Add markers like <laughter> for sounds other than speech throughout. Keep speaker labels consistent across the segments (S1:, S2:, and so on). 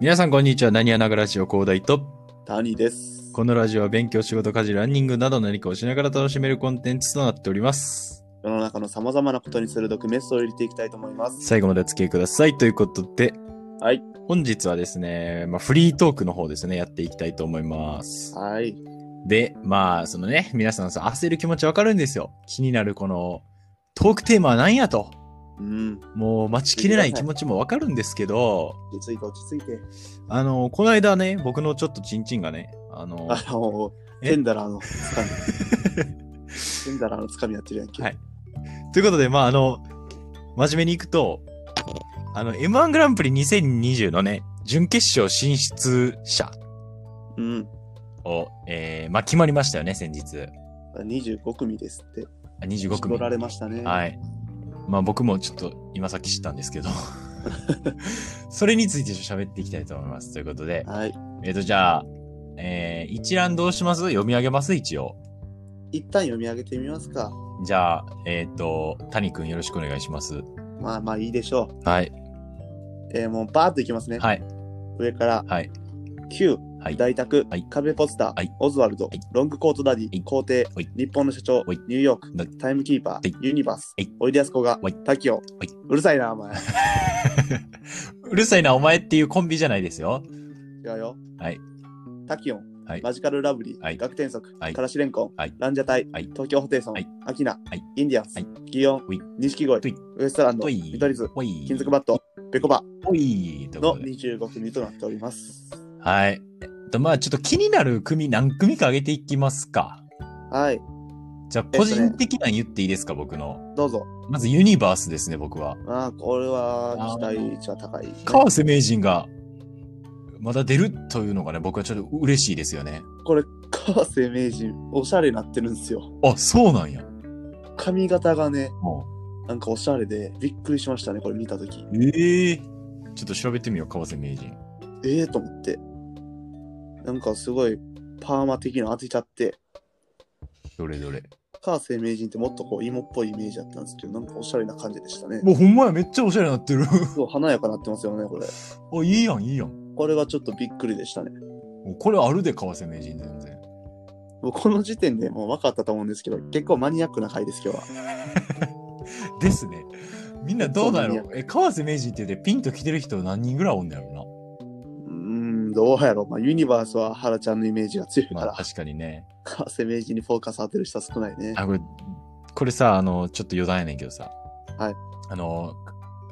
S1: 皆さん、こんにちは。何やながラジオ広大と。
S2: 谷です。
S1: このラジオは勉強、仕事、家事、ランニングなど何かをしながら楽しめるコンテンツとなっております。
S2: 世の中のさまざまなことに鋭くメッセージを入れていきたいと思います。
S1: 最後までお付き合いください。ということで、
S2: はい。
S1: 本日はですね、まあ、フリートークの方ですね、やっていきたいと思います。
S2: はい。
S1: で、まあ、そのね、皆さんさ、焦る気持ちわかるんですよ。気になるこの、トークテーマは何やと。
S2: うん。
S1: もう待ちきれない気持ちもわかるんですけど、
S2: 落ち着いて落ち着いて。
S1: あの、この間ね、僕のちょっとチンチンがね、あの、
S2: あの、
S1: え
S2: テンダラーのつかみ。
S1: <laughs>
S2: テンダラーのつかみやってるやんけ。
S1: はいということで、まあ、あの、真面目にいくと、あの、M1 グランプリ2020のね、準決勝進出者
S2: うん。
S1: を、えー、まあ、決まりましたよね、先日。
S2: 25組ですって。
S1: あ25組。
S2: 絞られましたね。
S1: はい。まあ、僕もちょっと今さっき知ったんです
S2: <laughs>
S1: けど、それについてちょっと喋っていきたいと思います。ということで、
S2: はい。
S1: えっ、と、じゃあ、えー、一覧どうします読み上げます一応。
S2: 一旦読み上げてみますか。
S1: じゃあ、えっ、と、谷くんよろしくお願いします。
S2: まあまあいいでしょ
S1: はい。
S2: う。えー、もうバーっといきますね。
S1: はい。
S2: 上から、
S1: はい。
S2: 9、
S1: はい。
S2: 大宅、
S1: はい
S2: 壁ポスター、
S1: はい
S2: オズワルド、
S1: はい
S2: ロングコートダデ
S1: はい
S2: ィ、皇帝
S1: はい、
S2: 日本の社長、
S1: はい
S2: ニューヨー
S1: だ
S2: ク、タイムキーパ
S1: い
S2: ー、ユニバース
S1: はい、
S2: おいでやすこが
S1: はい、
S2: タキオ
S1: い、
S2: うるさいな、お前。
S1: <laughs> うるさいな、お前っていうコンビじゃないですよ。
S2: 違うよ。
S1: はい。
S2: タキオン、
S1: はい
S2: マジカルラブリー、
S1: はい
S2: 学天則、
S1: はい
S2: からしれんこん、
S1: はい
S2: ランジャタイ、
S1: はい
S2: 東京ホテイソン、
S1: はい
S2: アキナ、
S1: い
S2: インディアンス、
S1: はい
S2: ギヨン
S1: はい、
S2: 錦鯉、
S1: はい
S2: ウエストランド、
S1: おい。
S2: 見取り図、
S1: おい。
S2: 金属バット、ベコバ
S1: おい。というこ
S2: の
S1: とで。
S2: 25組となっております。
S1: はい。えっと、まあちょっと気になる組何組か上げていきますか。
S2: はい、
S1: じゃあ、
S2: とね
S1: 個人的なの言っていいですか、僕の。
S2: どうぞ。
S1: まずユニバースですね、僕は。
S2: まあ、これは期待値は高い、ね。
S1: 川瀬名人が、まだ出るというのがね、僕はちょっと嬉しいですよね。
S2: これ、川瀬名人、おしゃれになってるんですよ。
S1: あ、そうなんや。
S2: 髪型がね、
S1: も
S2: なんかおしゃれで、びっくりしましたね、これ見たとき。
S1: うええちょっと調べてみよう、川瀬名人。
S2: ええと思って。なんかすごい、パーマ的なの当てちゃって、
S1: どれどれ。
S2: 川瀬名人ってもっとこう、芋っぽいイメージだったんですけど、なんかおしゃれな感じでしたね。
S1: もうほんまや、めっちゃおしゃれになって <laughs> る。
S2: すごい華やかになってますよね、これ。
S1: あ、いいやん、いいやん。
S2: これはちょっとびっくりでしたね。
S1: もうこれあるで、川瀬名人全然。
S2: もうこの時点でもう分かったと思うんですけど、結構マニアックな回です、今日は。
S1: ですね。みんなどうだろ
S2: そう
S1: うえ、川瀬名人って言ってピンと来てる人何人ぐらいおんねやろ
S2: うーん、どうやろう。まあ、ユニバースは原ちゃんのイメージが強いか
S1: な。
S2: ら、
S1: まあ確かにね。
S2: 川瀬名人にフォーカス当てる人は少ないね。
S1: あ、これ、これさ、あの、ちょっと余談やねんけどさ。
S2: はい。
S1: あの、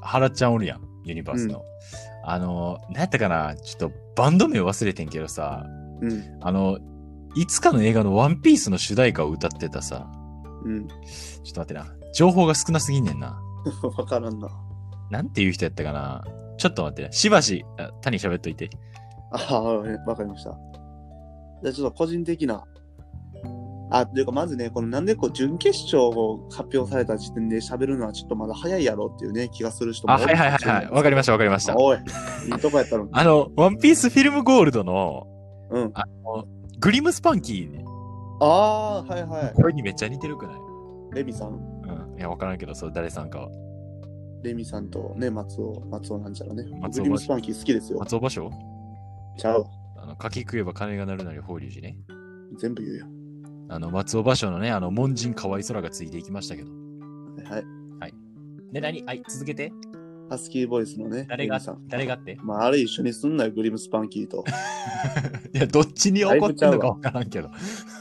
S1: 原ちゃんおるやん、ユニバースの。あの、何やったかなちょっとバンド名忘れてんけどさ、
S2: うん、
S1: あの、いつかの映画のワンピースの主題歌を歌ってたさ、
S2: うん。 <laughs>
S1: ちょっと待ってな。情報が少なすぎんねんな。
S2: わからんな。
S1: なんていう人やったかなちょっと待ってな。しばし、あ谷喋っといて。
S2: あ <laughs> あ、わかりました。じゃあちょっと個人的な。あ、というかまずね、このなんでこう準決勝を発表された時点で喋るのはちょっとまだ早いやろうっていうね、気がする人も
S1: あ、はいはいはいはい。わかりました、わかりまし
S2: した
S1: た。
S2: おい、いいとこやったのに。 <laughs>
S1: あの、ワンピースフィルムゴールドの
S2: うん。
S1: グリムスパンキー、
S2: ああ、はいは
S1: これにめっちゃ似てるくない
S2: い。レミさん。
S1: うん。いや、わからんけど、それ誰さんかは。
S2: レミさんとね、松尾、松尾なんちゃらね。
S1: 松尾
S2: グリムスパンキー好きですよ。
S1: 松尾芭蕉
S2: ちゃうわ。
S1: あの、柿食えば金が鳴るなり法隆寺ね。
S2: 全部言うよ。
S1: あの、松尾芭蕉のね、あの、門人可愛い空がついていきましたけど。
S2: はいはい。
S1: で、何はい、続けて。
S2: ハスキーボイスのね、
S1: 誰が
S2: レミさん。
S1: 誰がって <laughs>
S2: まあ、あれ一緒にすんなよ、グリムスパンキーと。
S1: いや、どっちに怒ってんのかわからんけど。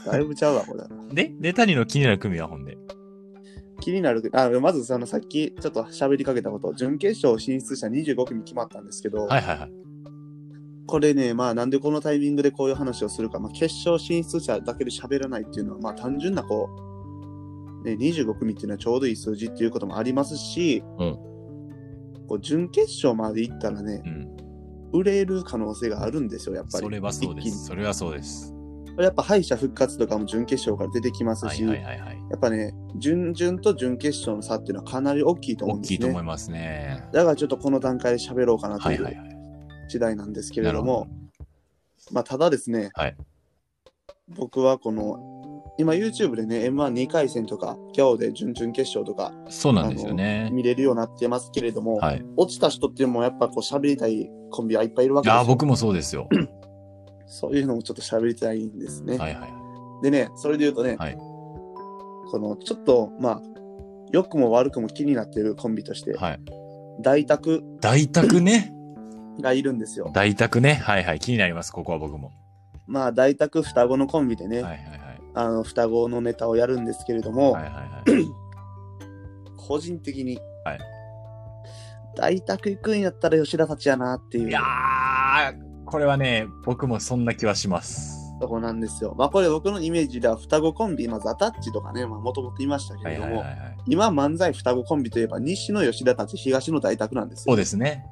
S2: だいぶちゃうわ、これ。
S1: で、で、谷の気になる組はほんで。
S2: 気になるあまずそのさっきちょっと喋りかけたこと準決勝進出者25組決まったんですけど、
S1: はいはいはい。
S2: これねまあなんでこのタイミングでこういう話をするか、まあ、決勝進出者だけで喋らないっていうのはまあ単純なこう、ね、25組っていうのはちょうどいい数字っていうこともありますし、
S1: うん
S2: こう準決勝まで行ったらね
S1: うん。
S2: 売れる可能性があるんですよやっぱり
S1: それはそうで
S2: 一気
S1: す。それはそうです。
S2: にやっぱ敗者復活とかも準決勝から出てきます
S1: はい
S2: し、
S1: はいはいはい。
S2: やっぱね準々と準決勝の差っていうのはかなり大きいと思う
S1: 大
S2: んです
S1: き
S2: ね
S1: いと思いますね。
S2: だからちょっとこの段階で喋ろうかなと
S1: はいいはいうはい。
S2: 次第なんですけれ
S1: なる
S2: ど
S1: ほ
S2: も、まあ、ただですね、
S1: はい
S2: 僕はこの今 YouTube でね、M12 回戦とか、ギャオで準々決勝とか
S1: そうなんですよね。
S2: 見れるようになってますけれども、
S1: はい。
S2: 落ちた人っていうのもやっぱこう喋りたいコンビはいっぱいいるわけです
S1: あ
S2: よ
S1: あ、僕もそうです
S2: <clears throat>
S1: よ。
S2: そういうのもちょっと喋りたいんですね。
S1: はいはい。
S2: でね、それで言うとね、
S1: はい
S2: このちょっと、まあ、良くも悪くも気になってるコンビとして、
S1: はい。
S2: 大宅
S1: 大宅ね。
S2: がいるんですよ。
S1: 大宅ね。はいはい。気になります、ここは僕も。
S2: まあ、大宅双子のコンビでね、
S1: はいはいはい。
S2: あの、双子のネタをやるんですけれども、
S1: はいはいはい。
S2: 個人的に、
S1: はい
S2: 大宅行くんやったら吉田たちやなっていう
S1: いやー、これはね、僕もそんな気はします。
S2: とこなんですよ。まあ、これ僕のイメージでは双子コンビ、まあ、ザタッチとかね、まあ、もともといましたけ
S1: は
S2: れ
S1: い
S2: ども、
S1: はいはいはい。
S2: 今漫才双子コンビといえば西の吉田たち東の大宅なんです
S1: そう
S2: よ。
S1: ですね。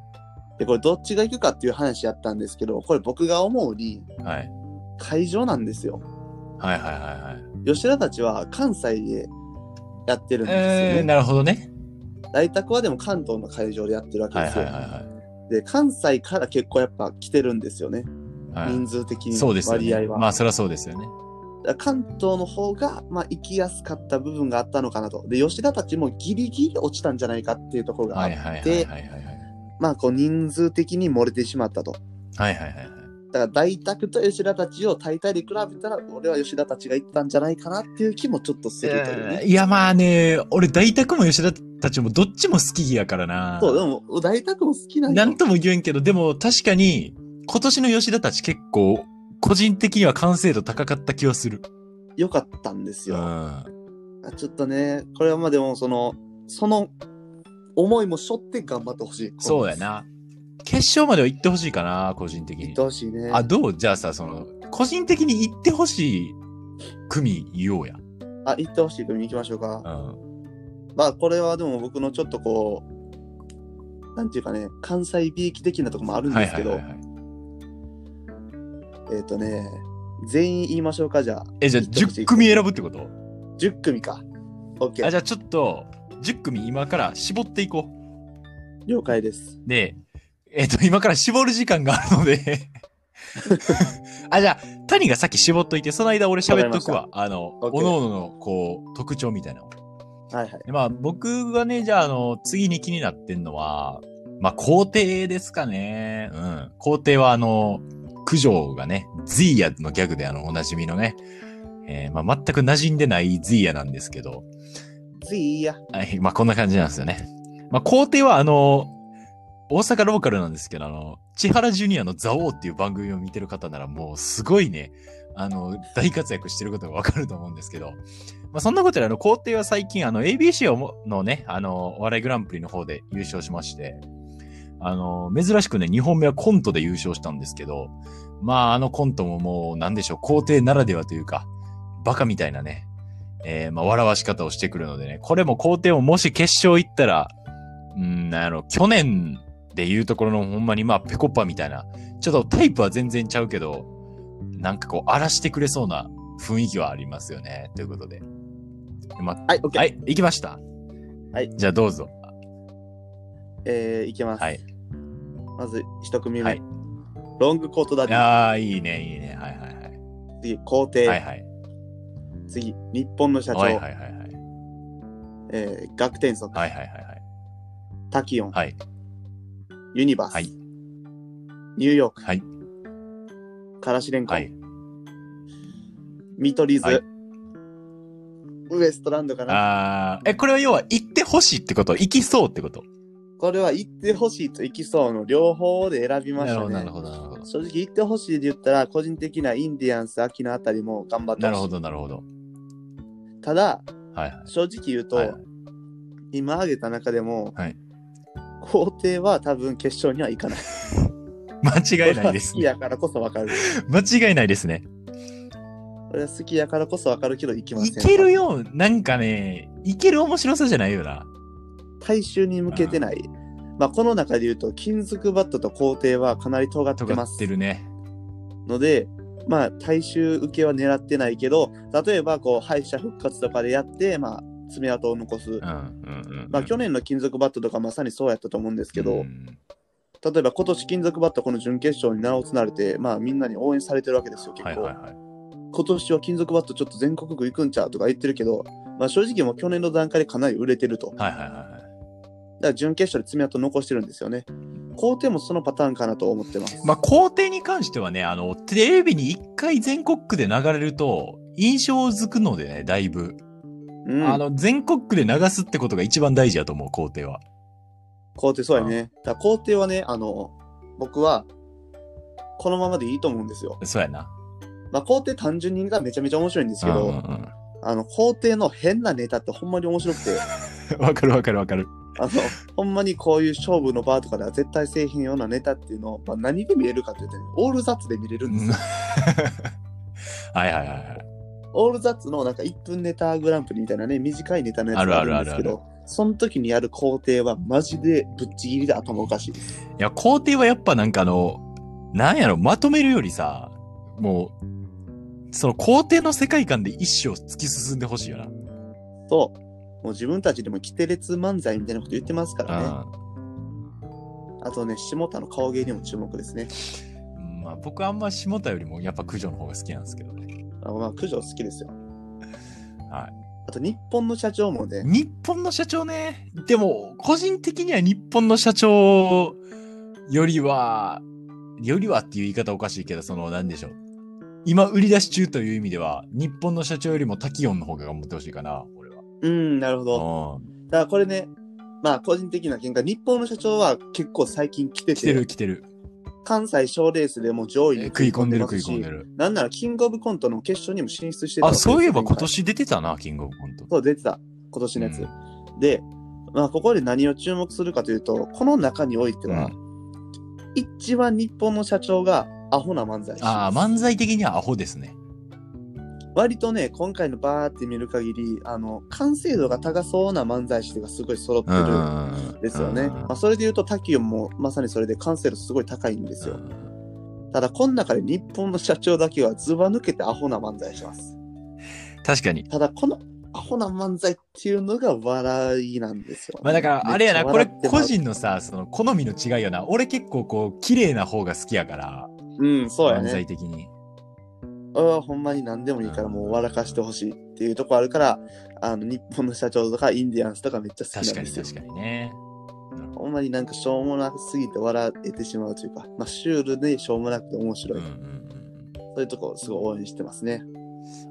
S2: でこれどっちが行くかっていう話やったんですけどこれ僕が思うに
S1: はい。
S2: 会場なんですよ。
S1: はいはいはいはい。
S2: 吉田たちは関西でやってるんですよ
S1: えー、
S2: ね。
S1: なるほどね。
S2: 大宅はでも関東の会場でやってるわけ
S1: はい
S2: で
S1: はい
S2: すよ。
S1: はいは
S2: で関西から結構やっぱ来てるんですよね、
S1: い。は
S2: 人数的
S1: い、
S2: に
S1: そうですよ
S2: 割合
S1: ね。
S2: は。
S1: まあ、そりゃそうですよね。
S2: だから関東の方が、まあ、行きやすかった部分があったのかなと。で吉田たちもギリギリ落ちたんじゃないかっていうところがあ
S1: は
S2: って、
S1: いはいはいはいはいはい。
S2: まあこう人数的に漏れてしまったと。
S1: はいはいはいはい。
S2: だから大宅と吉田たちを大体で比べたら俺は吉田たちが言ったんじゃないかなっていう気もちょっとするというね。
S1: いやまあね、俺大宅も吉田たちもどっちも好きやからな。
S2: そうでも大宅も好きなんよ
S1: なんとも言えんけど、でも確かに今年の吉田たち結構個人的には完成度高かった気はする。
S2: よかったんです
S1: うん。
S2: よ。
S1: は
S2: あちょっとねこれはまあでもそのその思いも背負って頑張ってほしい。
S1: そうや。な。決勝までは行ってほしいかな、個人的
S2: 言っ
S1: に
S2: て。ほしいね。
S1: あ、どうじゃあさ、その、個人的に行ってほしい組言おうや。
S2: あ言ってほしい組行きましょうか。
S1: うん。
S2: まあこれはでも僕のちょっとこうなんていうかね関西美意気的なとこもあるん
S1: はい
S2: です
S1: は
S2: け
S1: い
S2: ど、
S1: はいはい。
S2: えっ、とね全員言いましょうかじゃあ
S1: え、じゃあ
S2: 行ってほしい
S1: 10組選ぶってこと
S2: 10組か。OK
S1: あ、じゃあちょっと、10組今から絞っていこう。
S2: 了解です。
S1: で、えっ、と、今から絞る時間があるので。あ、じゃあ、谷がさっき絞っといて、その間俺喋っとくわ。あの、
S2: OK
S1: おのおのの、こう、特徴みたいなの。
S2: はいはい。
S1: でまあ、僕がね、じゃあ、あの、次に気になってんのは、まあ、皇帝ですかね。うん。皇帝は、あの、九条がね、ズイヤのギャグで、あの、おなじみのね、えーまあ、全く馴染んでないズイヤなんですけど、
S2: 次いいや。
S1: はい、まあこんな感じなんですよね。まあ皇帝はあの、大阪ローカルなんですけど、あの、千原ジュニアのザオーっていう番組を見てる方ならもうすごいね、あの、大活躍してることがわかると思うんですけど、まあそんなことよりあの、皇帝は最近あの、ABC をものね、あの、お笑いグランプリの方で優勝しまして、あの、珍しくね、2本目はコントで優勝したんですけど、まああのコントももう、なんでしょう、皇帝ならではというか、バカみたいなね、えーまあ、笑わし方をしてくるのでね、これも皇帝ももし決勝行ったら、うん、なんやろ、去年でいうところのほんまにまあ、ペコッパみたいな、ちょっとタイプは全然ちゃうけど、なんかこう、荒らしてくれそうな雰囲気はありますよね、ということで。まあ、
S2: はい、OK。
S1: はい、行きました。
S2: はい
S1: じゃあどうぞ。
S2: えー、いきます。
S1: はい。
S2: まず、一組目、
S1: はい
S2: ロングコートダ
S1: い
S2: ディ。
S1: やー、いいね、いいね。はいはいはい。
S2: 次、皇帝。
S1: はいはい。
S2: 次、日本の社長。
S1: はいはいはいはい。
S2: えー、学天則。
S1: はいはいはいはい。
S2: タキオン。
S1: はい
S2: ユニバース。
S1: はい
S2: ニューヨーク。
S1: はい
S2: からしれんこん。
S1: はい。
S2: 見取り図、
S1: はい
S2: ウエストランドかな。
S1: あー、え、これは要は行ってほしいってこと行きそうってこと
S2: これは行ってほしいと行きそうの両方で選びま
S1: な
S2: し
S1: る
S2: た
S1: ほど、
S2: ね。
S1: なるほど、なるほど。
S2: 正直行ってほしいで言ったら、個人的なインディアンス、秋のあたりも頑張って
S1: なる
S2: ほ
S1: ほ
S2: し
S1: ど、なるほど。
S2: い。ただ、
S1: はい
S2: 正直言うと、
S1: はいはい
S2: 今挙げた中でも、
S1: はい
S2: 皇帝は多分決勝には行かない。
S1: 間違いないです
S2: 好き
S1: ね。
S2: やからこそわかる。
S1: 間違いないですね。
S2: これは好きやからこそわかるけど行きませ
S1: い
S2: ん。
S1: けるよ、なんかね、いける面白さじゃないよな。
S2: 大衆に向けてない。まあ、この中で言うと、金属バットと皇帝はかなり尖って
S1: 尖
S2: ま
S1: っ
S2: す
S1: てるね。
S2: ので、まあ、大衆受けは狙ってないけど、例えば、こう、敗者復活とかでやって、まあ、爪痕を残す。
S1: うん、うん、うん。
S2: まあ、去年の金属バットとかまさにそうやったと思うんですけど、
S1: うん
S2: 例えば今年金属バットこの準決勝に名を連ねて、まあ、みんなに応援されてるわけですよ、結構。
S1: はいはいはい。
S2: 今年は金属バットちょっと全国区行くんちゃうとか言ってるけど、まあ、正直もう去年の段階でかなり売れてると。だか
S1: はいはいはいはい。
S2: ら準決勝で爪痕残してるんですよね。工程もそのパターンかなと思ってます。
S1: まあ、工程に関してはね、あの、テレビに一回全国区で流れると、印象づくのでね、だいぶ。
S2: うん、
S1: あの、全国区で流すってことが一番大事だと思う、工程は。
S2: 工程そうやね。だから工程はね、あの、僕は、このままでいいと思うんですよ。
S1: そうやな。
S2: まあ、工程単純にがめちゃめちゃ面白いんです
S1: う
S2: け
S1: んう
S2: ど、
S1: んうん。
S2: あの、工程の変なネタってほんまに面白く <laughs> て、
S1: わかるわかるわかる。
S2: あの、ほんまにこういう勝負の場とかでは絶対せえへんようなネタっていうのを、まあ、何で見れるかって言ってね、オールザッツで見れる
S1: <laughs>
S2: んですよ。
S1: はいはいはいはい。
S2: オールザッツのなんか1分ネタグランプリみたいなね、短いネタのやつがあるんですけ
S1: あるあるある
S2: ど、その時にやる工程はマジでぶっちぎりで頭おかしいです。
S1: いや、工程はやっぱなんかあの、なんやろ、まとめるよりさ、もう、その工程の世界観で一生突き進んでほしいよな。
S2: と、もう自分たちでもキテレツ漫才みたいなこと言ってますからね。あとね、下田の顔芸にも注目ですね。
S1: うん。まあ僕あんま下田よりもやっぱ九条の方が好きなんですけどね。
S2: あまあ、九条好きですよ。
S1: はい。
S2: あと、日本の社長もね、
S1: 日本の社長ね。でも、個人的には日本の社長よりは、よりはっていう言い方おかしいけど、その、なんでしょう。今売り出し中という意味では、日本の社長よりも滝音の方が頑張ってほしいかな、俺は。
S2: うん、なるほど。
S1: うん。
S2: だからこれね、まあ、個人的な見解、日本の社長は結構最近来て
S1: 来て
S2: て、
S1: る来てる。
S2: 関西賞レースでも上位に
S1: 食い込んでる食い
S2: ますし
S1: 込んでる。
S2: なんなら、キングオブコントの決勝にも進出してたわ
S1: あ、
S2: けです
S1: そういえば
S2: 前
S1: 今
S2: 回
S1: 年出てたな、キングオブコント。
S2: そう、出てた。今年のやつ。で、まあ、ここで何を注目するかというと、この中においては、
S1: う
S2: 一番日本の社長がアホな漫才師
S1: ああ、漫才的にはアホですね。
S2: 割とね、今回のバーって見る限り、あの、完成度が高そうな漫才師がすごい揃ってるん
S1: ん
S2: ですよね。まあ、それで言うと、タキオンもまさにそれで完成度すごい高いんですよ。ただ、この中で日本の社長だけはズバ抜けてアホな漫才します。
S1: 確かに。
S2: ただ、このアホな漫才っていうのが笑いなんですよ、
S1: まあだから、あれやな、
S2: めっ
S1: こ
S2: ち
S1: れ
S2: ゃ笑ってま
S1: 個
S2: う
S1: 人のさ、その好みの違いよな。俺結構こう、綺麗な方が好きやから、
S2: うん、そうや
S1: 漫
S2: ね
S1: 才。的に。
S2: ああ、ほんまに何でもいいからもう笑かしてほしいっていうとこあるから、あの、日本の社長とかインディアンスとかめっちゃ好き
S1: 確
S2: な
S1: か
S2: んで
S1: に
S2: すよ。
S1: 確かにね。
S2: ほんまになんかしょうもなすぎて笑えてしまうというか、まあ、シュールでしょうもなくて面白
S1: うん
S2: い。
S1: うん
S2: そういうとこすごい応援してますね。
S1: うん。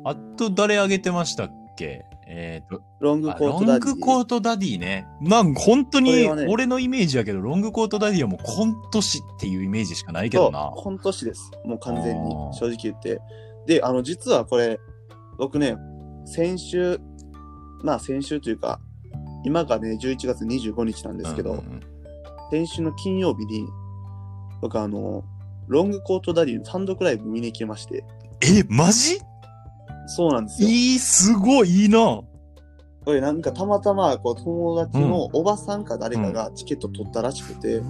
S1: あと、誰あげてましたっけえっと、
S2: ロング
S1: あ
S2: コ
S1: ロ
S2: ートダ
S1: ン
S2: ディ。
S1: グコートダディね。なんか本当に、
S2: これはね
S1: 俺のイメージやけど、ロングコートダディはもうコント師っていうイメージしかないけどな。
S2: そう今年です。もう完全に
S1: あー、
S2: 正直言って。で、あの、実はこれ、僕ね、先週、まあ先週というか、今がね、11月25日なんですけど、
S1: うんうんうん
S2: 先週の金曜日に、僕あの、ロングコートダディの単独ライブ見に行きまして、
S1: え、マジ
S2: そうなんですよ。
S1: いい、すごい、いいな。
S2: これなんかたまたま、こう、友達のおばさんか誰かがチケット取ったらしくて、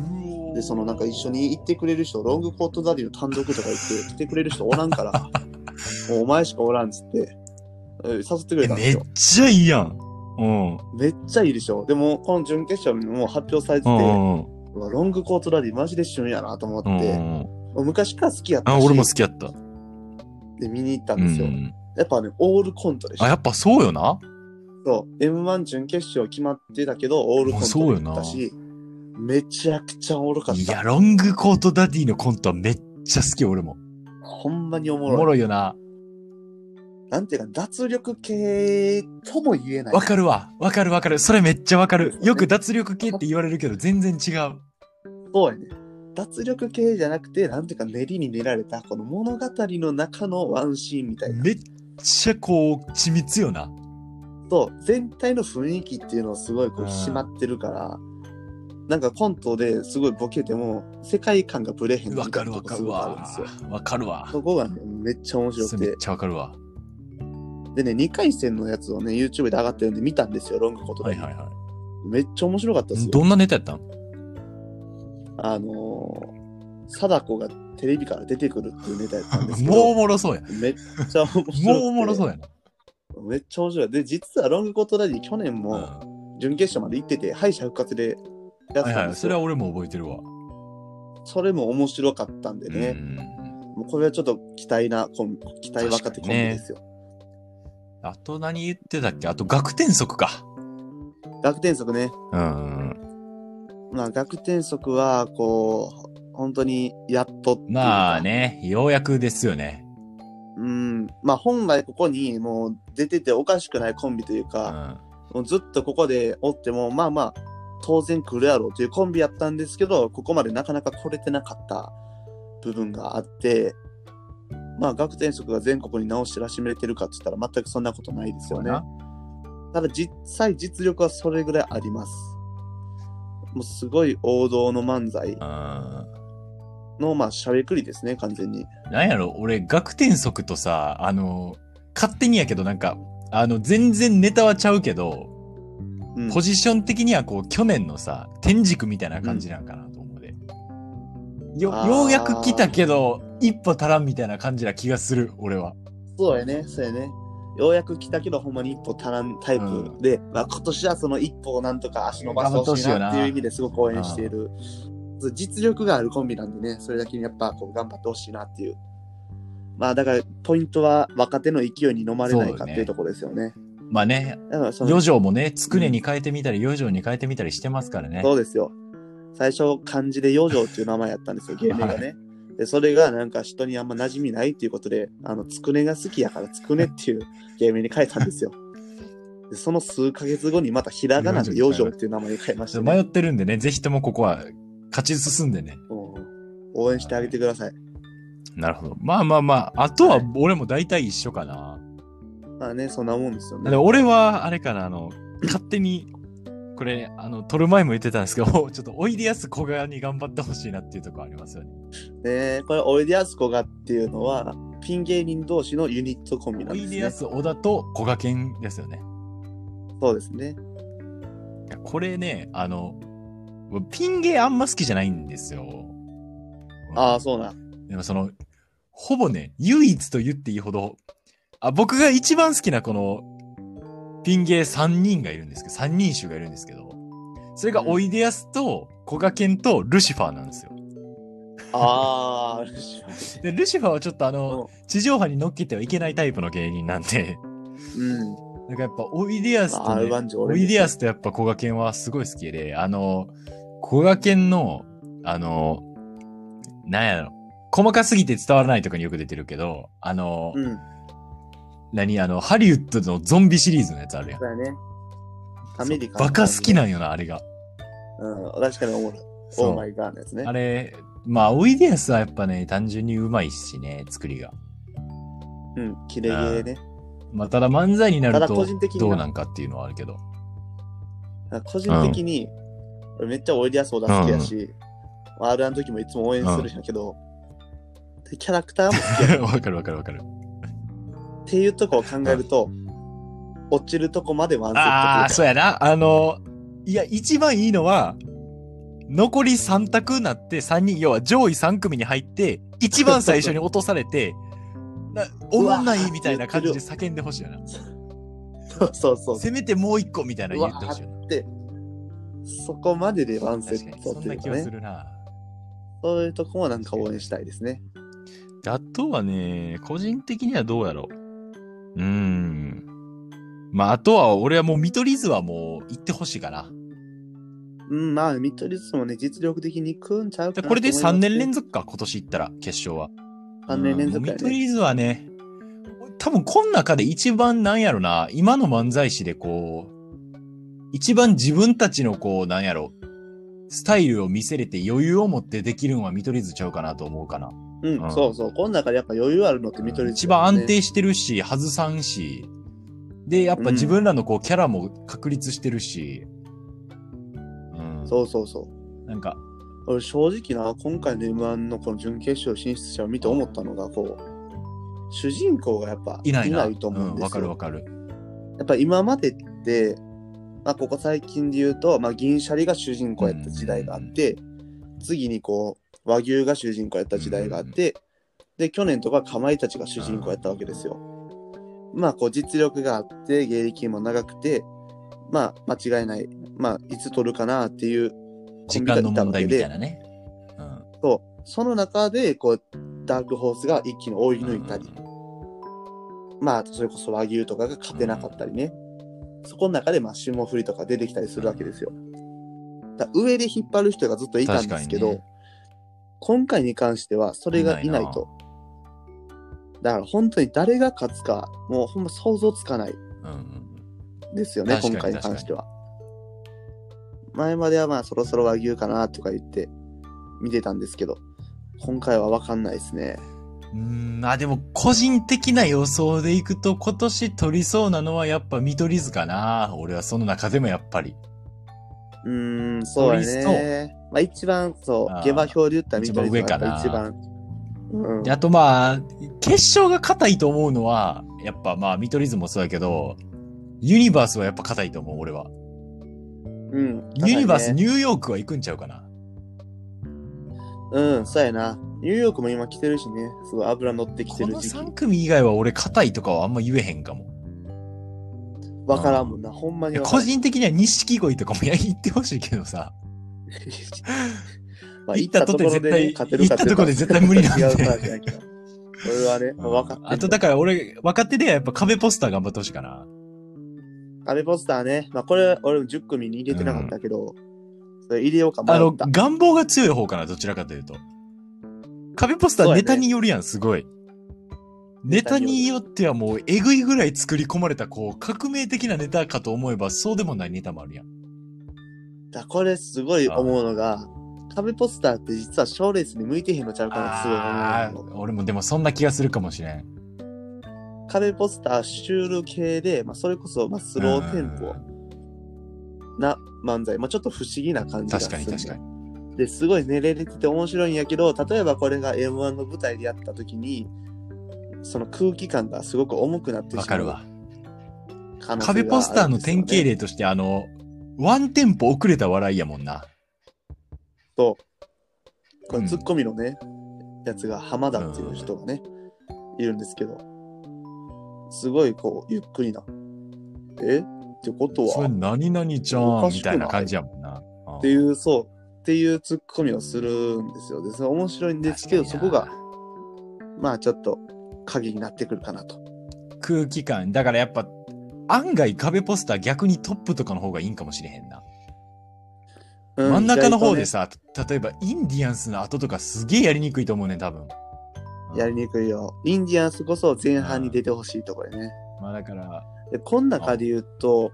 S2: で、そのなんか一緒に行ってくれる人、ロングコートダディの単独とか行っ
S1: <laughs>
S2: て、来てくれる人おらんから、もうお前しかおらんっつって、え誘ってくれ
S1: え
S2: たんで
S1: め
S2: す
S1: っち
S2: よ。
S1: ゃいいやん。うん。
S2: めっちゃいいでしょ。でも、この準決勝にも発表されて
S1: うん
S2: て、
S1: うんうん
S2: うわロングコートダディマジで旬やなと思って、
S1: うんうんうん。
S2: もう昔から好きやった
S1: あ、
S2: し、
S1: 俺も好きやった。
S2: で見に行った
S1: うんんう
S2: ですよ。
S1: ん。
S2: やっぱね、オールコントでし
S1: あ、や
S2: た。
S1: っぱそうよな。
S2: そう。M1 準決勝決まってたけど、オールコントで行ったし、めちゃくちゃおもろかっ
S1: いや、
S2: た。
S1: ロングコートダディのコントはめっちゃ好き、俺も。
S2: ほんまにお
S1: お
S2: もろい。
S1: もろいよな。
S2: なんていうか、脱力系とも言えない。
S1: わかるわ。わかるわかる。それめっちゃわかる。よく
S2: ね
S1: 脱力系って言われるけど、全然違う。
S2: そうやね。脱力系じゃなくて、なんていうか、練りに練られた、この物語の中のワンシーンみたいな。
S1: めっちゃこう、緻密よな。
S2: と、全体の雰囲気っていうのをすごいこ
S1: うん
S2: う、しまってるから、なんかコントですごいボケても、世界観がブレへんみた
S1: わ
S2: い
S1: か
S2: な
S1: る
S2: と
S1: わ
S2: こ
S1: か
S2: す
S1: る
S2: ごいあるん
S1: わ
S2: ですよ。。
S1: わかるわ。
S2: そこがね、めっちゃ面白
S1: そ
S2: く
S1: れめっ。
S2: て
S1: ちゃわかるわ。
S2: でね、2回戦のやつをね、YouTube で上がってるんで見たんですよ、ロングコートダ
S1: はい
S2: ディ
S1: はいは
S2: めっちゃ面白かったです
S1: い。
S2: よ。
S1: どんなネタやったん
S2: あのー、貞子がテレビから出てくるっていうネタやったんですけど、
S1: <laughs> もうおもろそうや。
S2: めっちゃ面白くて
S1: もうおもろそうやな。
S2: めっちゃ面白い。で、実はロングコートダディ去年も
S1: は
S2: 準決勝まで行ってて、敗者復活でやって
S1: い
S2: たん
S1: は
S2: で
S1: い。
S2: す
S1: そ
S2: よ。
S1: れは俺も覚えてるわ。
S2: それも面白かったんでね、
S1: うん
S2: もうこれはちょっと期待なコンビ、期待若手コンビですよ。
S1: あと何言ってたっけあと学天則か。
S2: 学天則ね。
S1: うんうん。
S2: まあ、学天則は、こう、本当にやっとっていうか
S1: まあ。ね、ようやくですよね。
S2: うん。まあ、本来ここにもう出てておかしくないコンビという
S1: う
S2: か、
S1: ん。
S2: もうずっとここでおっても、まあまあ、当然来るやろうというコンビやったんですけど、ここまでなかなか来れてなかった部分があって、まあ、学天則が全国に直し知らしめれてるかって言ったら全くそんなことないですよね
S1: そうや。
S2: ただ実際実力はそれぐらいあります。もうすごい王道の漫才
S1: な。
S2: の、まあ、しゃべくりですね、完全に。
S1: うん。なんやろ俺、学天則とさ、あの、勝手にやけどなんか、あの、全然ネタはちゃうけど、
S2: うん
S1: ポジション的にはこう去年のさ天軸みたいな感じなんかなと思うで、よ
S2: あー
S1: ようやく来たけど一歩足らんみたいな感じな気がする俺は
S2: そうやね、そうやね。ようやく来たけど、ほんまに一歩足らんタイプ、
S1: うん
S2: で、まあ、今年はその一歩をなんとか足伸ばしてほしいなっていう意味ですごく応援している。そう実力があるコンビなんでね、それだけにやっぱこう頑張ってほしいなっていう。まあだから、ポイントは若手の勢いに飲まれないかっていうところですよね。
S1: まあね
S2: だからその
S1: 余剰もねつくねに変えてみたり余剰に変えてみたりしてますからね
S2: そうですよ。最初、漢字で四条っていう名前やったんですよ、芸名がね。で、それがなんか人にあんま馴染みないっていうことで、あの、つくねが好きやから、つくねっていう芸名に変えたんですよ。でその数ヶ月後にまたひらがなで四条っていう名前に変えまし
S1: ち
S2: た
S1: ょっと
S2: ね。
S1: 迷ってるんでねぜひともここは勝ち進んでね
S2: うん応援してあげてください。
S1: なるほどまあまあまああとは
S2: はい
S1: 俺も大体一緒かな、
S2: まあね、そんなもんですよ
S1: で
S2: ね。
S1: 俺はあれかなあの勝手にこれあの撮る前も言ってたんですけど <laughs> ちょっとおいでやす小川に頑張ってほしいなっていうところありますよね
S2: ねこれ、おいでやすこがっていうのは、ピン芸人同士のユニットコンビな
S1: お
S2: んで
S1: い
S2: す
S1: でや
S2: ね。
S1: す小田とこがけんですよね。
S2: そうですね。
S1: いやこれね、あの、ピン芸あんま好きじゃないんですよ。
S2: ああ、そうなん。
S1: でもその、ほぼね、唯一と言っていいほど、あ僕が一番好きなこの、ピン芸3人がいるんですけど、3人衆がいるんですけど、それがおいでやすと、こがけんとルシファーなんですよ。
S2: ああ、
S1: で、ルシファーはちょっとあの、地上波に乗っけてはいけないタイプの芸人なんで、
S2: うん。
S1: なんかやっぱおいでやす
S2: ま
S1: と、ね、
S2: あ、R1 上
S1: お
S2: 俺
S1: い
S2: で
S1: でやすとやっぱこがけんはすごい好きで、あの、こがけんの、あの、なんやろ、細かすぎて伝わらないとかによく出てるけど、あの、
S2: うん。
S1: 何、あの、ハリウッドのゾンビシリーズのやつあるやん
S2: そ。うやね。アメリカ、
S1: バカ好き。なんよな、あれが。
S2: うん、確かに思う。
S1: そ
S2: オーマ
S1: う。
S2: イガーのやつね
S1: あ。れ、まあ、おいでやすはやっぱね、単純にうまいしね、作りが。
S2: うん、綺麗ゲーね。
S1: まあ、ただ漫才にな
S2: た
S1: る
S2: だ
S1: と
S2: 個人的にな
S1: どうなんかっていうのはあるけど。
S2: あ個人的に、俺めっちゃおいでやす小田好きやし、R1 の時もいつも応援するんやけど、でキャラクターも好き
S1: <laughs>
S2: や
S1: わかるわかるわかる。
S2: っていうとこを考えると、落ちるとこまでワンセット
S1: ああ、
S2: と
S1: そうやな。あの、いや、一番いいのは、残り3択になって、3人、要は上位3組に入って、一番最初に落とされて、
S2: <laughs>
S1: なおもんないみたいな感じで叫んでほしいよな。
S2: いうか <laughs> そうそうそ
S1: せめてもう一個みたいなの言ってほしいよな。
S2: う。そこまででワンセ
S1: 確か
S2: ッ
S1: に、
S2: ト
S1: そ
S2: っ
S1: ん
S2: てい
S1: な
S2: う
S1: 気
S2: か
S1: はす
S2: ね。
S1: るな。
S2: そういうとこもなんか応援したいですね。
S1: であとはね、個人的にはどうやろう。うーん。まあ、あとは、俺はもう見取り図はもう行ってほしいかな。
S2: うん、まあ、見取り図もね、実力的に食うんちゃう
S1: で
S2: かなと
S1: これで3年連
S2: 続。
S1: 続か、今年行ったら、決勝は。
S2: 3年連続
S1: うん
S2: や
S1: 見取
S2: ね。
S1: り図はね、多分この中で一番なんやろな、今の漫才師でこう、一番自分たちのこう、なんやろ、スタイルを見せれて余裕を持ってできるんは見取り図ちゃうかなと思うかな。
S2: うん、
S1: うん
S2: そうそう。この中でやっぱ余裕あるのって見取り図、ね。
S1: 一番安。定してるし、外さんし、で、やっぱ自分らのこう、キャラも確立してるし、うん。
S2: そうそうそう。
S1: なんか、
S2: 俺正直な、今回の M1 のこの準決勝進出者を見て思ったのが、こう、主人公がやっぱ
S1: いないな。
S2: と思うん
S1: ん、
S2: で
S1: わ
S2: す
S1: かるわ
S2: よ。
S1: かる。
S2: やっぱ今までって、まあここ最近で言うと、まあ銀シャリが主人公やった時代があって、次にこう、和牛が主人公やった時代があって、で、去年とかかまいたちが主人公やったわけですよ。まあこう実力があって、芸歴も長くて、まあ間違いない、まあいつ取るかなっていう
S1: 時間の問題みたいなね。うん。
S2: そう。その中で、こう、ダークホースが一気に追い抜いたり、
S1: うん
S2: まあ、それこそ和牛とかが勝てなかったりね。そこの中で、まあ、霜降りとか出てきたりするわけですよ。だから上で引っ張る人がずっといたんですけど、
S1: 確か
S2: 今回に関しては、それがいない
S1: いない
S2: と。だから本当に誰が勝つか、もうほんま想像つかない
S1: うんうん
S2: ですよね、
S1: 確
S2: 今
S1: かに
S2: 回に関しては。前まではまあそろそろ和牛かなとか言って見てたんですけど、今回はわかんないですね。
S1: うん、あ、でも個人的な予想でいくと今年取りそうなのはやっぱ見取り図かな。俺はその中でもやっぱり。
S2: うーん、そうや
S1: 取
S2: ね。まあ一番、そう
S1: あ、ー
S2: 下馬評で言ったら緑
S1: 一番上かな
S2: 一番。うん
S1: で、あとまあ、決勝が硬いと思うのは、やっぱまあ見取り図もそうだけど、ユニバースはやっぱ硬いと思う、俺は。
S2: うん。
S1: ユニバース、
S2: 高いね
S1: ニューヨークは行くんちゃうかな。
S2: うん、そうやな。ニューヨークも今来てるしね。すごい油乗ってきて
S1: こ
S2: る
S1: の
S2: 時期。
S1: 3組以外は俺硬いとかはあんま言えへんかも。
S2: わからんもんな。ほんま
S1: い
S2: に
S1: や
S2: わから
S1: 個
S2: ん。
S1: 人的には錦鯉とかもいや言ってほしいけどさ。
S2: <laughs> ま
S1: 行ったとて絶対
S2: 勝てる
S1: 行
S2: か
S1: ったとこで絶対無理なんで
S2: 違うからじゃないけど。それはね、まあ分かってる。
S1: あとだから俺、若手ではやっぱ壁ポスター頑張ってほしいかな。
S2: 壁ポスターね、まあ、これ、俺も10組に入れてなかったけど、それ入れようか迷
S1: あの、
S2: った。
S1: 願望が強い方かな、どちらかというと。壁ポスタ
S2: そう
S1: ー
S2: やね
S1: ネタによるやん、すごい。ネタによってはもう、えぐいぐらい作り込まれた、こう、革命的なネタかと思えば、そうでもないネタもあるやん。
S2: だこれ、すごい思うのが、壁ポスターって実は賞レースに向いてへんのちゃうかなってすごい
S1: あ
S2: 思うの
S1: ー俺もでもそんな気がするかもしれん。
S2: 壁ポスターシュール系で、まあ、それこそ、まあ、スローテンポな漫才、まあ、ちょっと不思議な感じが
S1: 確
S2: す
S1: か
S2: る
S1: に確かに。
S2: に。で、すごい寝れてて面白いんやけど、例えばこれが M1 の舞台でやった時に、その空気感がすごく重くなってしまう。
S1: わかるわ。。
S2: 壁
S1: 壁ポスターの典型例として、あの、ワンテンポ遅れた笑いやもんな。
S2: と、
S1: う
S2: この
S1: ん
S2: ツッコミのね、やつが浜田っていう人がね、いるんですけど、すごいこう、ゆっくりな。えってこと
S1: それ
S2: はっ
S1: 何々ち
S2: お
S1: ゃ
S2: か
S1: ん
S2: し
S1: み
S2: くな
S1: た
S2: い
S1: いな感じやもんな。うん
S2: ていう、そう、っていうツッコミをするんですよ。で、それ面白いんですけど、そ
S1: 確か
S2: こ
S1: にな
S2: が、まあちょっと、鍵になってくるかなと。
S1: 空気感。だからやっぱ、案外壁ポスター逆にトップとかの方がいいんかもしれへんな。
S2: うん
S1: 真ん中の方で
S2: 意外
S1: さ、例えばインディアンスの後とかすげえやりにくいと思うねん、多分。
S2: とねやりにくいよ。インディアンスこそ前半に出てほしいところね。
S1: まあだから、
S2: で、こん中で言うと、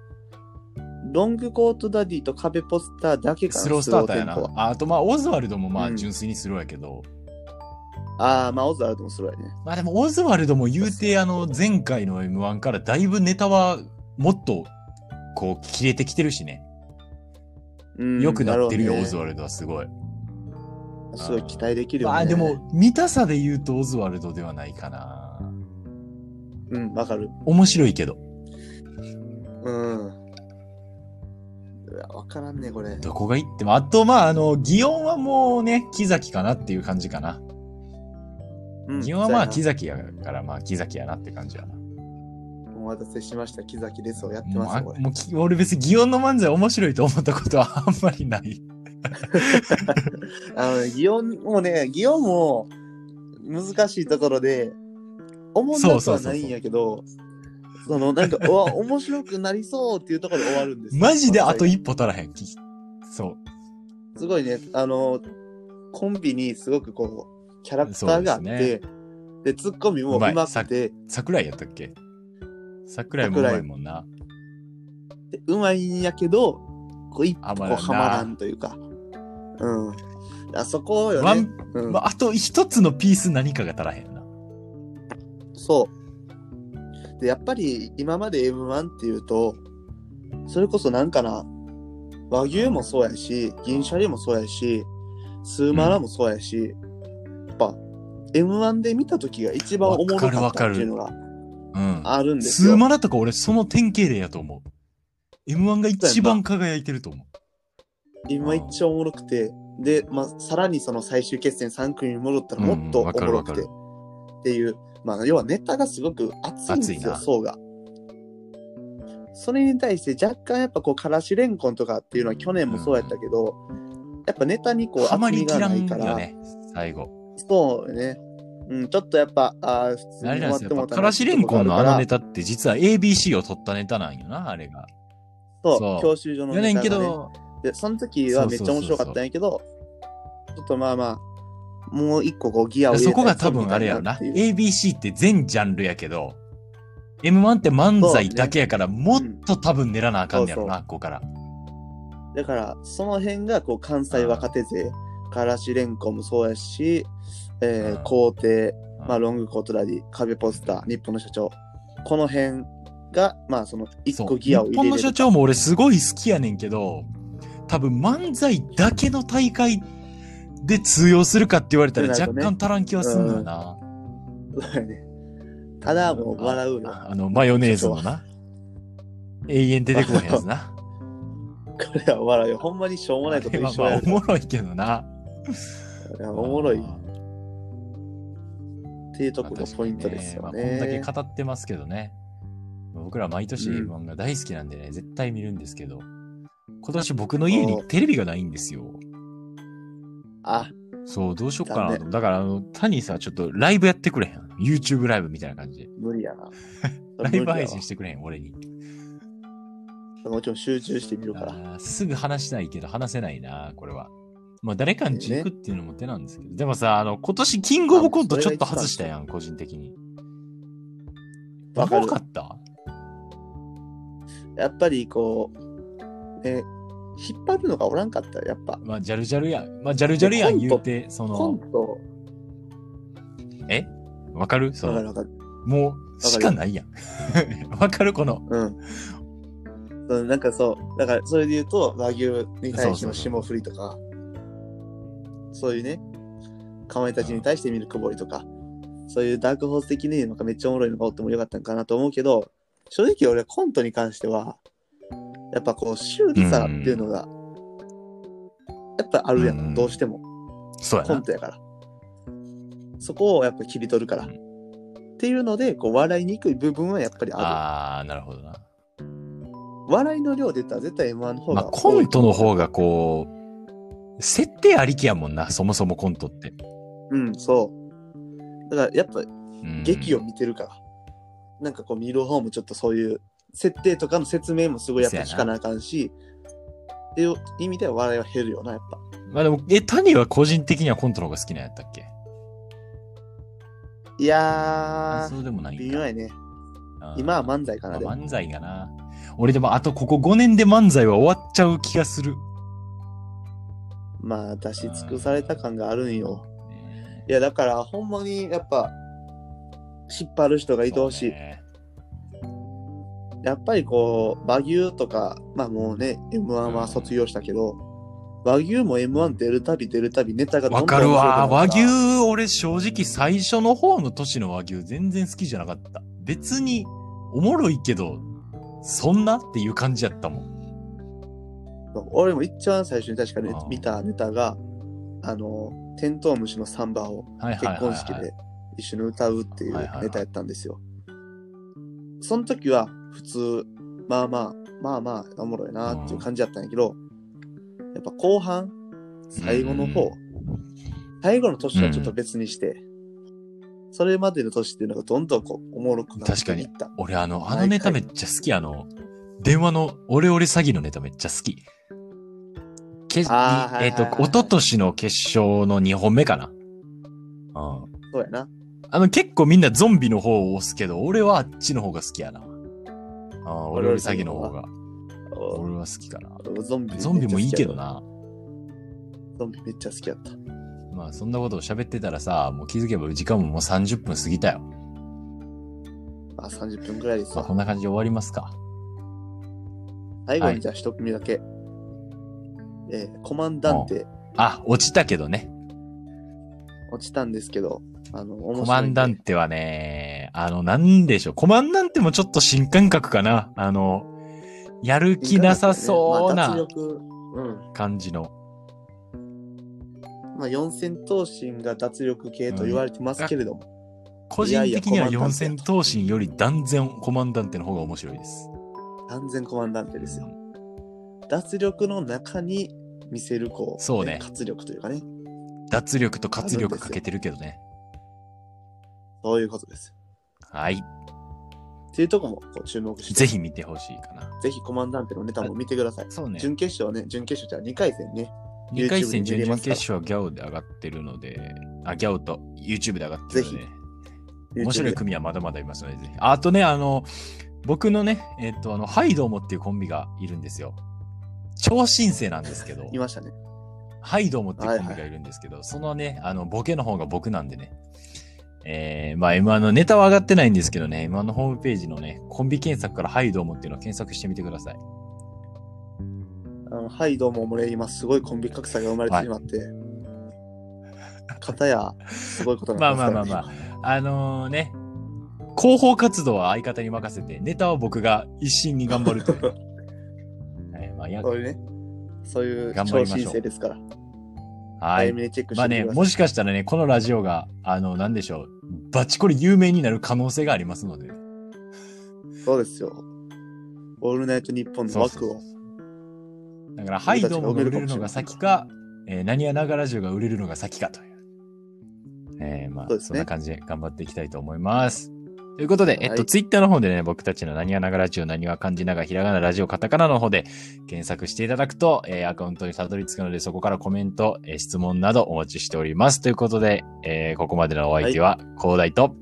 S2: ロングコートダディと壁ポスターだけかな
S1: スロースターターやな
S2: スロテンポは。
S1: ああとまあ、オズワルドもま
S2: う
S1: あ、
S2: ん
S1: 純粋にスローやけど、
S2: ああ、まあ、オズワルドもそれやね。
S1: まあでも、オズワルドも言うて、あの、前回の M1 からだいぶネタは、もっと、こう、切れてきてるしね。
S2: うん
S1: 良くなってるよ、
S2: だろうね
S1: オズワルドはすごい。
S2: すごい期待できるよ、ね。
S1: まあでも、見たさで言うとオズワルドではないかな。
S2: うん、わかる。
S1: 面白いけど。
S2: うん。うわわからんね、これ。
S1: どこがいいっても、あと、まあ、あの、祇園はもうね、木崎かなっていう感じかな。
S2: うん、
S1: 祇園はまあ、
S2: そ
S1: 木
S2: う
S1: 崎やから、まあ、木崎やなって感じやな。
S2: やなお待たせしました、木崎ですをやって
S1: もう
S2: ます
S1: あ
S2: よ、これ。
S1: もうき俺別に祇園の漫才面白いと思ったことはあんまりない。
S2: あのね、祇園もね、祇園も難しいところで、思んなくはないんやけど、そ
S1: <laughs>
S2: の、なんか、うわ、面白くなりそうっていうところで終わるんですよ
S1: マジであと一歩足らへん。きそう。
S2: すごいね、あの、コンビにすごくこう、キャラクターがあって、
S1: そうで
S2: でツッコミもう
S1: うまい
S2: まくて、
S1: 桜井やったっけ桜井もうまいもんな。
S2: でうまいんやけど、こう、一歩
S1: あまだ
S2: こ
S1: な
S2: うはまらんというか、うん。あそこよ
S1: ワ
S2: ね、
S1: ン、
S2: うん
S1: まあ、あと一つのピース何かが足らへんな。
S2: そう。で、やっぱり今まで M1 っていうと、それこそなんかな、和牛もそうやし、銀シャリもそうやし、スーマラもそうやし、やっぱ、M1 で見た時が一番おもろか
S1: わか
S2: った
S1: るわかる
S2: っていうのが
S1: うん。
S2: あるんです
S1: ス
S2: よ。
S1: ーマラとか俺その典型例やと思う。M1 が一番輝いてると思う。
S2: 今一番おもろくて、で、まあ、さらにその最終決戦3組に戻ったらもっと
S1: うんうん
S2: お
S1: わ
S2: も
S1: かる
S2: ろくて、
S1: わ
S2: っていう、まあ、要はネタがすごく熱いんですよ、
S1: 熱
S2: 層が。それに対して若干やっぱこう、からしれんこんとかっていうのは去年もそうやったけど、やっぱネタにこう、
S1: はま
S2: 厚み
S1: りき
S2: が
S1: ら
S2: ない
S1: ん
S2: か
S1: よ
S2: ら、
S1: ね、最後。
S2: そうね。うん、ちょっとやっぱ、あー普通
S1: あれ
S2: に
S1: なんですよ。
S2: 終わって
S1: や
S2: も
S1: っぱ、
S2: うたな
S1: からしれんこんのあのネ
S2: タ。
S1: タって実は ABC を取ったネタなんよな、あれが。
S2: そう、
S1: そう
S2: 教習所の
S1: やね
S2: ネタがね
S1: んけど、
S2: で、その時はめっちゃ面白かったんやけど、ちょっとまあまあ、もう一個こうギアを入
S1: そ
S2: れた
S1: こ
S2: や
S1: が
S2: つを
S1: 多
S2: 見
S1: 分
S2: た
S1: あ
S2: い
S1: れやろ
S2: な
S1: な。
S2: っていう
S1: ABC って全ジャンルやけど、M1 って漫才だけやから、もっと多分練らなあかんねやろな、ここから。
S2: だから、その辺がこう関西若手勢、からしれんこんもそうやし、え
S1: うん
S2: ー、皇帝、
S1: うん
S2: まあ、ロングコートダディ、壁ポスター、日本の社長、この辺が、まあ、その一
S1: そ
S2: 個
S1: う。
S2: ギ
S1: 日
S2: アを入れ
S1: 本
S2: れ
S1: の
S2: る
S1: 社長も俺すごい好きやねんけど、多分漫才だけの大会で通用するかって言われたら
S2: そ
S1: 若
S2: うなるとね
S1: 干足らん気はすんのよな。
S2: そうやねただ、もう笑うよ。
S1: ああの、マヨネーズのな。永遠出てこないやつな。
S2: これは笑うよ。ほんまにしょうもないこと一緒
S1: まあま
S2: や
S1: あ
S2: る
S1: お。もろいけどな。
S2: いやおもろい
S1: あ
S2: っ
S1: ー
S2: ていうとこ
S1: ま
S2: ろ
S1: あ
S2: が
S1: 確か
S2: ポイ
S1: に
S2: ントです
S1: まあ
S2: よ
S1: こんだけ
S2: ね。
S1: 語ってますけどね。僕ら毎年
S2: うん
S1: M1 が大好きなんでね、絶対見るんですけど、今年僕の家にテレビがないんですよ。
S2: あ、
S1: そう、どうしよっか
S2: 残
S1: な
S2: 念
S1: と。だから、あの、タニーさ、ちょっとライブやってくれへん。YouTube ライブみたいな感じで。
S2: 無理や
S1: <laughs> ラ
S2: な。。
S1: イブ配信しててくれへん、俺に。
S2: もちろん集中してみるから。
S1: あーすぐ話したいけど、話せないな、これは。まあ、誰かにち行くっていうのも手なんですけど。でもさ、あの、今年、キングオブコントちょっと外したやん、個人的に。
S2: わかる
S1: わかった
S2: やっぱりこう、ね、引っ張るのがおらんかったらやっぱ。
S1: まあ、ジャルジャルやん。まあ、ジャルジャルやん
S2: で
S1: 言うて、そ
S2: コン
S1: の、
S2: ト、
S1: えわかるそ
S2: わかる
S1: の、
S2: わかる。
S1: もう、
S2: る
S1: しかないやん。 <laughs> わかるこの、
S2: うん。そうなんかそう、だからそれで言うと、和牛に対しての霜降りとか、そういうね、かまいたちに対して見るくぼりとか、そういうダークホース的になんかめっちゃおもろいのがおってもよかったんかなと思うけど、正直俺はコントに関しては、やっぱこう、シュールさっていうのが、やっぱあるや
S1: うんうん
S2: ん、どうしても。
S1: そうや
S2: コ
S1: な
S2: ン。トやから。そこをやっぱ切り取るから。
S1: うん
S2: っていうので、こう、笑いにくい部分はやっぱりある。
S1: ああー、なるほどな。
S2: 笑いの量で言ったら絶対 M1 の方
S1: まあ、
S2: が多
S1: コ
S2: い。
S1: ントの方がこう、設定ありきやもんな、そもそもコントって。
S2: うん、そう。だからやっぱ
S1: うん
S2: 劇を見てるから。なんかこう見る方もちょっとそういう設定とかの説明もすごいやっぱ聞かなあかんし、っていう意味では笑いは減るよな、やっぱ。
S1: まあでも、え、谷は個人的にはコントの方が好きなんやったっけ
S2: いや
S1: そうでもな
S2: ー、
S1: いんか
S2: 微妙やね。
S1: あー
S2: 今は漫才か
S1: ま
S2: な、
S1: あ
S2: でも。
S1: 漫才かな。俺でも、あとここ5年で漫才は終わっちゃう気がする。
S2: まあ出し尽くされた感があるんよ。
S1: ね
S2: いや、だからほんまにやっぱ、引っ張る人がいてほしい。
S1: そうね
S2: やっぱりこう、和牛とか、まあもうね、M1 は卒業したけど、和牛も M1 出るたび出るたびネタが
S1: わ
S2: どんどん
S1: かるわ。和
S2: 面白くな
S1: 牛
S2: る、
S1: 俺正直最初の方の年の和牛全然好きじゃなかった。別におもろいけど、そんなっていう感じやったもん。
S2: そう俺も一番最初に確かね
S1: あー、
S2: 見たネタが、あの、テントウムシのサンバを
S1: はいはい
S2: 結
S1: はい、
S2: 婚式
S1: はい
S2: で。一緒に歌うっていう
S1: はいはいはい
S2: ネタやったんですよ。その時は普通、まあまあ、まあまあ、おもろいなっていう感じやったんやけど、やっぱ後半、最後の
S1: うん
S2: 方、最後の年はちょっと別にして、それまでの年っていうのがどんどんこう、おもろくなっていった。
S1: 俺あの、あ
S2: 毎
S1: の
S2: 回
S1: ネタめっちゃ好き。あの、電話のオレオレ詐欺のネタめっちゃ好き。け
S2: あーはいはいはい
S1: えっ、と、一昨年の決勝の2本目かな。うん。
S2: そうやな。
S1: あの、結構みんなゾンビの方を押すけど、俺はあっちの方が好きやな。あオレオレ詐欺の方が。俺は好きかな。
S2: ゾンビ。
S1: <laughs> ゾンビもいいけど。な。
S2: ゾンビめっちゃ好きやった。
S1: まあそんなことを喋ってたらさ、もう気づけば時間ももう30分過ぎたよ。
S2: まあ30分ぐらいです
S1: まあ
S2: わ
S1: こ。んな感じで終わりますか。
S2: 最後
S1: はい
S2: にじゃあ一組だけ。えーコマンダンテ
S1: あ、落ちたけどね。
S2: 落ちたんですけど、あの、面白いんで
S1: コマンダンテはね、あの、なんでしょう。コマンダンテもちょっと新感覚かな。あの、やる気なさそう
S2: まあ脱
S1: な
S2: 力、うん。
S1: 感じの。
S2: まあ、四千頭身が脱力系と言われてますけれども、
S1: 個人的にはい
S2: やいやコマンダンテ
S1: 四千頭身より断然コマンダンテの方が面白いです。
S2: 完全コマンダンテですよ。脱力の中に見せるこう
S1: そうね
S2: 活力というかね
S1: 脱力と活
S2: あるん
S1: 力
S2: ですよ
S1: かけてるけどね。
S2: そういうことです。
S1: はい。
S2: っていうとこもこう注目して、
S1: ぜひ見てほしいかな。
S2: ぜひコマンダンテのネタも見てください。
S1: そうね。
S2: 準決勝ね、準決勝じゃあ2回戦ね、
S1: 2回
S2: YouTube
S1: 戦、
S2: に
S1: 準
S2: 見れ
S1: 々
S2: ます
S1: 決
S2: から
S1: 勝はギャオで上がってるので、あ、ギャオと YouTube で上がってるの
S2: ぜ
S1: で、面白い組はまだまだいますので、ぜひ。あとね、あの、僕のね、えっ、と、あの、ハイドーモっていうコンビがいるんですよ。超新星なんですけど
S2: YouTube、いましたね。
S1: ハイドーモっていうコンビがいるんですけど、そのね、あの、ボケの方が僕なんでね。えー、まあ M1 のネタは上がってないんですけどね、M1 のホームページのね、コンビ検索からハイドーモっていうのを検索してみてください。
S2: あのはい、どうも、俺今すごいコンビ格差が生まれてしまって、方やすごいことに
S1: ま
S2: な
S1: あ
S2: って
S1: まあまあま
S2: まあ。
S1: あのね、広報活動は相方に任せて、ネタは僕が一心に頑張ると
S2: <laughs>
S1: いう。はい、まあ、や
S2: そういうね、そういう
S1: 頑張り
S2: 超
S1: ましょう
S2: 新星ですから、
S1: は
S2: 早
S1: い。
S2: めにチェックし
S1: まあ
S2: てみ
S1: ね、
S2: てください。
S1: もしかしたらね、このラジオが、あの、なんでしょう、バチコリ有名になる可能性がありますので。
S2: そうですよ。オールナイトニッポンの
S1: そうそうそ
S2: 枠
S1: う
S2: を。
S1: だから、ハイドームが売れるのが先か、えー何やながラジオが売れるのが先かという。えーまあ、
S2: そ
S1: そ,、
S2: うですね
S1: んな感じで頑張っていきたいと思います。ということで、えっ
S2: は
S1: と、
S2: い
S1: ツイッターの方でね、僕たちの何やながラジオ、何は漢字ながひらがなラジオ、カタカナの方で検索していただくと、えーアカウントにたどり着くので、そこからコメント、えー質問などお待ちしております。ということで、えーここまでのお相手は、広大と、